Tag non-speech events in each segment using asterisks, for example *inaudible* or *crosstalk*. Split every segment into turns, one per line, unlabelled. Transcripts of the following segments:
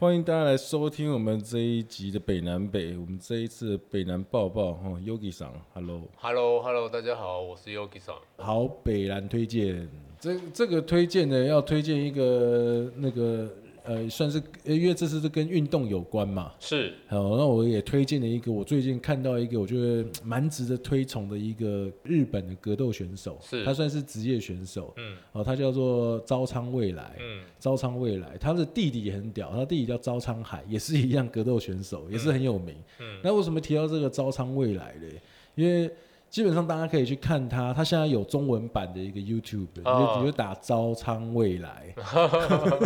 欢迎大家来收听我们这一集的北南北，我们这一次的北南抱抱哈，Yogi 上，Hello，
Hello，Hello，大家好，我是 Yogi 桑。
好北南推荐，这这个推荐呢要推荐一个那个呃，算是呃因为这次是跟运动有关嘛，
是
好，那我也推荐了一个，我最近看到一个我觉得蛮值得推崇的一个日本的格斗选手，
是
他算是职业选手，
嗯，
哦，他叫做招仓未来，
嗯，
招仓未来，他的弟弟也很屌，他弟弟叫招仓海，也是一样格斗选手，也是很有名。
嗯
那为什么提到这个招仓未来嘞？因为基本上大家可以去看他，他现在有中文版的一个 YouTube，、你
哦
就你就打招仓未来，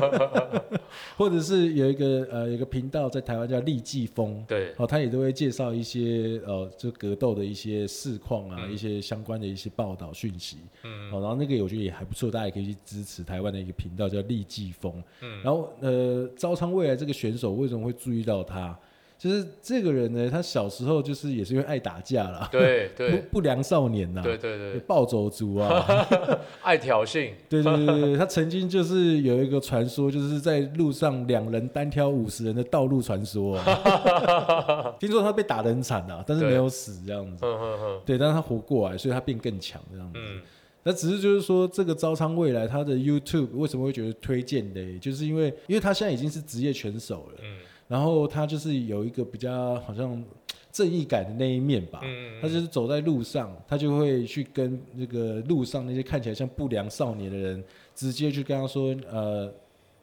*laughs* 或者是有一个呃有一个频道在台湾叫利季风，
对，
哦，他也都会介绍一些呃，就格斗的一些事况啊，一些相关的一些报道讯息。
嗯
哦，然后那个我觉得也还不错，大家也可以去支持台湾的一个频道叫利季风。
嗯
然后呃，招昌未来这个选手为什么会注意到他？就是这个人呢，他小时候就是也是因为爱打架啦，
对
不 *laughs*
对
不良少年呐、
对对对，
暴走族
*laughs*
啊，
爱挑衅，
对对对对，他曾经就是有一个传说，就是在路上两人单挑五十人的道路传说啊、听说他被打得很惨啊，但是没有死这样子。
哼哼哼，
对，但是他活过来，所以他变更强这样子。
嗯
那只是就是说，这个招仓未来他的 YouTube 为什么会觉得推荐的，就是因为因为他现在已经是职业拳手了，
嗯
然后他就是有一个比较好像正义感的那一面吧。
嗯，
他就是走在路上，他就会去跟那个路上那些看起来像不良少年的人，直接去跟他说，呃，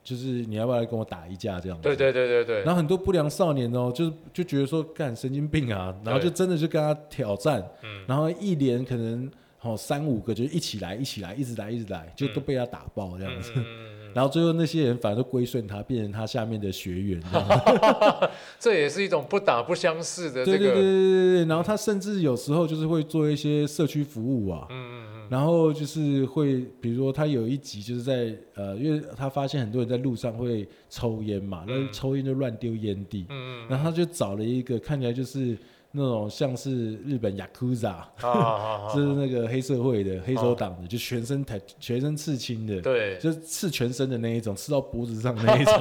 就是你要不要来跟我打一架这样子。
对对对对对，
然后很多不良少年哦，就是就觉得说干神经病啊，然后就
对
真的就跟他挑战，
嗯
然后一连可能哦三五个就一起来一起来一直来一直来，就都被他打爆这样子。
嗯，
*laughs* 然后最后那些人反而都归顺他，变成他下面的学员这样子。
这也是一种不打不相识的
对
这
对对对
个，
对对。然后他甚至有时候就是会做一些社区服务啊，
嗯嗯
然后就是会，比如说他有一集就是在呃，因为他发现很多人在路上会抽烟嘛，那、抽烟就乱丢烟蒂，
嗯
然后他就找了一个看起来就是那种像是日本雅库扎，
嗯，好好
就是
好，
那个黑社会的黑手
啊
党的，就全身抬全身刺青的， *laughs*
对，
就是刺全身的那一种，刺到脖子上那一
*laughs*
种，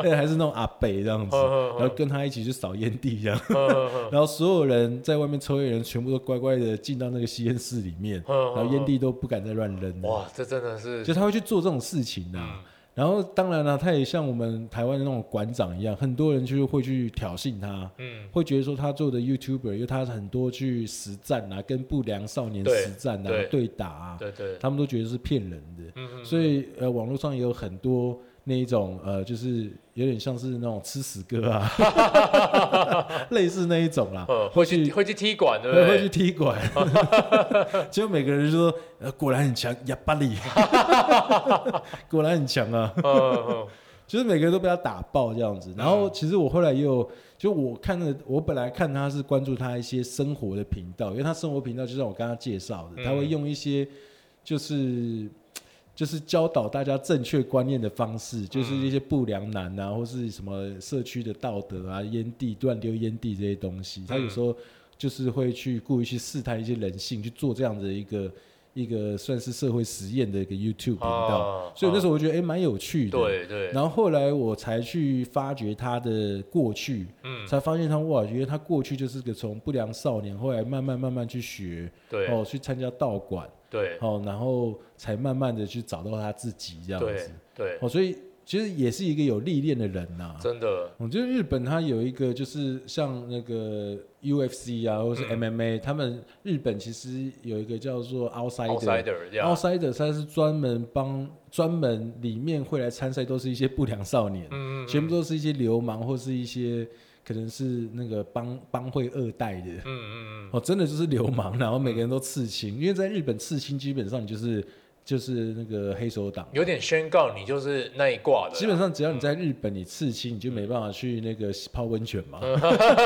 对，还是那种阿北这样子，
呵呵呵
然后跟他一起去扫烟蒂这样，*laughs*
嗯
然后所有人在外面抽烟的人全部都乖乖的进到那个吸烟室里面，
呵呵呵
然后烟蒂都不敢再乱扔了，
哇，这真的是，
就他会去做这种事情的、
嗯
然后当然啊了、他也像我们台湾的那种馆长一样，很多人就是会去挑衅他，
嗯
会觉得说他做的 YouTuber，因为他很多去实战啊，跟不良少年
对
实战啊、
对
对打啊，
对对，
他们都觉得是骗人的。
嗯
所以呃，网络上也有很多那一种呃，就是有点像是那种吃屎哥啊，
*laughs*
类似那一种啦，
嗯，
会
会去
去。
会去踢馆，对不
会会去
对？
踢
*laughs*
馆，结果每个人就说：“呃，果然很强，哑巴
*laughs*
里，果然很强啊。”
嗯
*laughs* 就是每个人都被他打爆这样子。然后其实我后来也有，就我看的，我本来看他是关注他一些生活的频道，因为他生活频道就像我刚刚介绍的，
嗯
他会用一些就是。就是教导大家正确观念的方式，就是一些不良男啊，或是什么社区的道德啊、烟蒂乱丢烟蒂这些东
嗯
西，他有时候就是会去故意去试探一些人性，去做这样的一个一个算是社会实验的一个 YouTube 频道。
哦
所以那时候我觉得哎，蛮、有趣的。
对对，
然后后来我才去发掘他的过去，
嗯
才发现他哇，原来他过去就是个从不良少年，后来慢慢慢慢去学，
对
哦，去参加道馆，
对
哦，然后才慢慢的去找到他自己这样
对
子，
对，
哦，所以其实也是一个有历练的人呐、
真的，
我觉得日本它有一个就是像那个 UFC 啊，
嗯
或是 MMA，、他们日本其实有一个叫做 outsider。哦
outsider 这样，
outsider 他是专门帮专门里面会来参赛都是一些不良少年，
嗯嗯
全部都是一些流氓或是一些可能是那个帮帮会二代的。
嗯嗯嗯，
哦，真的就是流氓，然后每个人都刺青，因为在日本刺青基本上你就是就是那个黑手党，
有点宣告你就是那一挂的啦，
基本上只要你在日本你刺青，你就没办法去那个泡温泉嘛，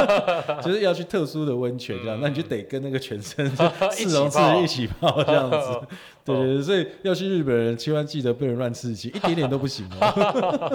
*laughs* 就是要去特殊的温泉这样，那你就得跟那个全身
一
四
起
龙刺
泡
一起泡这样子。对对对，所以要去日本人千万记得不能乱刺青，一点点都不行哦。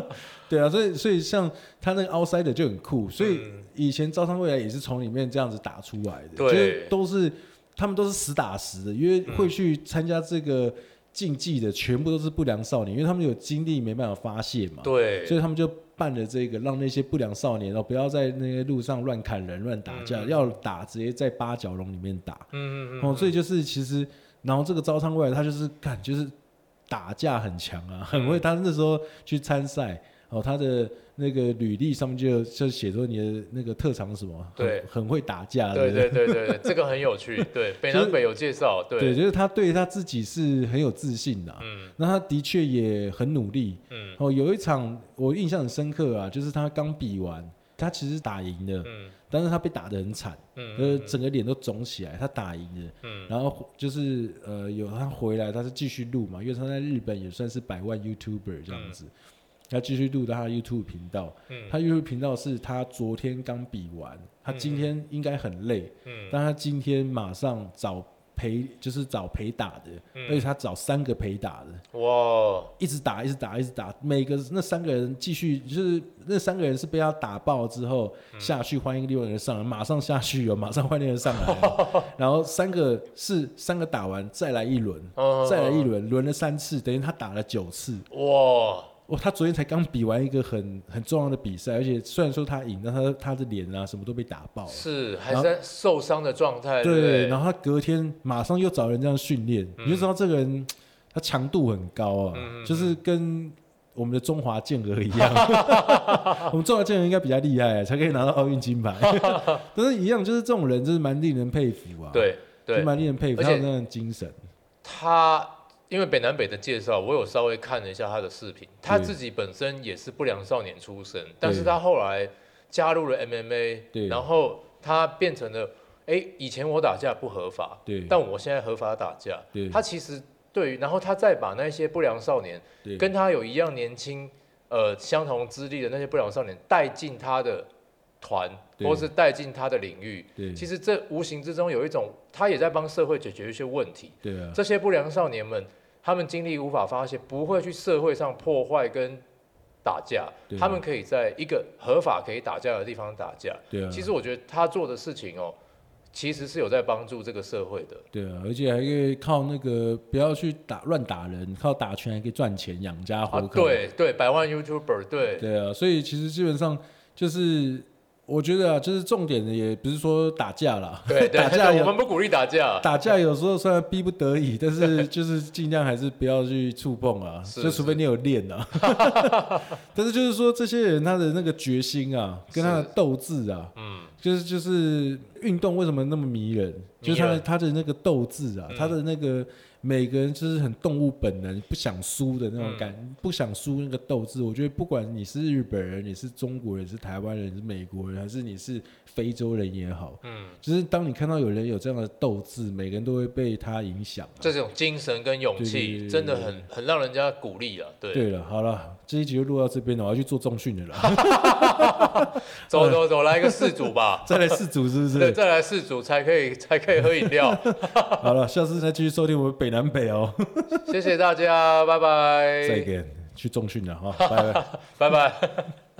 对啊，所以所以像他那个 outsider 就很酷，所以以前招商未来也是从里面这样子打出来的，
对
就是都是他们都是实打实的，因为会去参加这个竞技的全部都是不良少年，因为他们有精力没办法发泄嘛，
对嗯
所以他们就办了这个，让那些不良少年哦不要在那些路上乱砍人、乱打架，
嗯
要打直接在八角笼里面打。
嗯嗯嗯，
哦，所以就是其实，然后这个招商未来他就是看就是打架很强
嗯
啊，很会。他那时候去参赛，哦，他的那个履历上面就就写说你的那个特长是什么，很
对
很会打架，
对
啊不
对对对对，这个很有趣。对，北南北有介绍，
对，
对，
就是他对他自己是很有自信的、啊
嗯
那他的确也很努力。
嗯
哦，有一场我印象很深刻啊，就是他刚比完，他其实打赢了，
嗯
但是他被打得很惨，
嗯，
呃，整个脸都肿起来，他打赢了。
嗯
然后就是呃，有他回来，他是继续录嘛，因为他在日本也算是百万 YouTuber 这样子，他继续录到他的 YouTube 频道。
嗯
他 YouTube 频道是他昨天刚比完，他今天应该很累，
嗯
但他今天马上找陪，就是找陪打的，而且
嗯，
他找三个陪打的，
哇，
一直打，一直打，一直打，每个那三个人继续就是那三个人是被他打爆之后
嗯
下去换一个另外一个人上来，马上下去哦，马上换另外一个人上来
*laughs*
哦，然后三个是三个打完再来一轮，
哦
再来一轮，轮了三次，等于他打了九次。
哇，
哇，他昨天才刚比完一个很很重要的比赛，而且虽然说他赢，但他他的脸啊什么都被打爆了。
是还
然
是
后
在受伤的状态，对不
对，
对，
然后他隔天马上又找人这样训练，
嗯
你就知道这个人他强度很高啊，
嗯嗯嗯
就是跟我们的中华健儿一
*laughs*
样， *laughs* 我们中华健儿应该比较厉害，啊才可以拿到奥运金
*laughs*
牌，但是一样就是这种人就是蛮令人佩服啊，，
对
就
对，
蛮令人佩服，
而且
他有那样的精神，
他。因为北南北的介绍，我有稍微看了一下他的视频。他
对
自己本身也是不良少年出身，但是
对
他后来加入了 MMA，
对
然后他变成了，哎，以前我打架不合法，
对
但我现在合法打架，
对
他其实对于，然后他再把那些不良少年，
对
跟他有一样年轻，呃，相同资历的那些不良少年带进他的团，
对
或是带进他的领域。
对
其实这无形之中有一种，他也在帮社会解决一些问题。
对啊，
这些不良少年们，他们精力无法发泄，不会去社会上破坏跟打架
对，
他们可以在一个合法可以打架的地方打架。
对啊，
其实我觉得他做的事情哦，其实是有在帮助这个社会的。
对啊，而且还可以靠那个不要去打乱打人，靠打拳还可以赚钱养家
啊
糊，口，
对对，百万 YouTuber，对，
对啊，所以其实基本上就是，我觉得啊，就是重点的也不是说打架啦，
对
*laughs*
对
打架
对
有
我们不鼓励打架。
打架有时候虽然逼不得已，但
*laughs*
是就是尽量还是不要去触碰啊，
是
就除非你有练
*laughs*
啊。但是就是说，这些人他的那个决心啊，跟他的
是
斗志啊，
嗯，
就是就是运动为什么那么迷人？就是他
迷
的
人
他的那个斗志啊，
嗯
他的那个每个人就是很动物本能，不想输的那
嗯
种感，不想输那个斗志。我觉得不管你是日本人，你是中国人，你是台湾人，你是美国人，还是你是非洲人也好，
嗯，
就是当你看到有人有这样的斗志，每个人都会被他影响啊、
这种精神跟勇气
对对对对
真的很很让人家鼓励了。对，
对了，好了，这一集就录到这边了，我要去做重训的
*laughs*
了。，
走走走，来一个四组吧
*laughs* 再来四组是不
*laughs* 对，
是？
再来四组才可以才可以喝饮
*laughs*
料。
好了，下次再继续收听我们北南北
*laughs*
哦。
谢谢大家，拜
再
拜， *laughs*
见，去重训了哈，拜拜。
拜拜。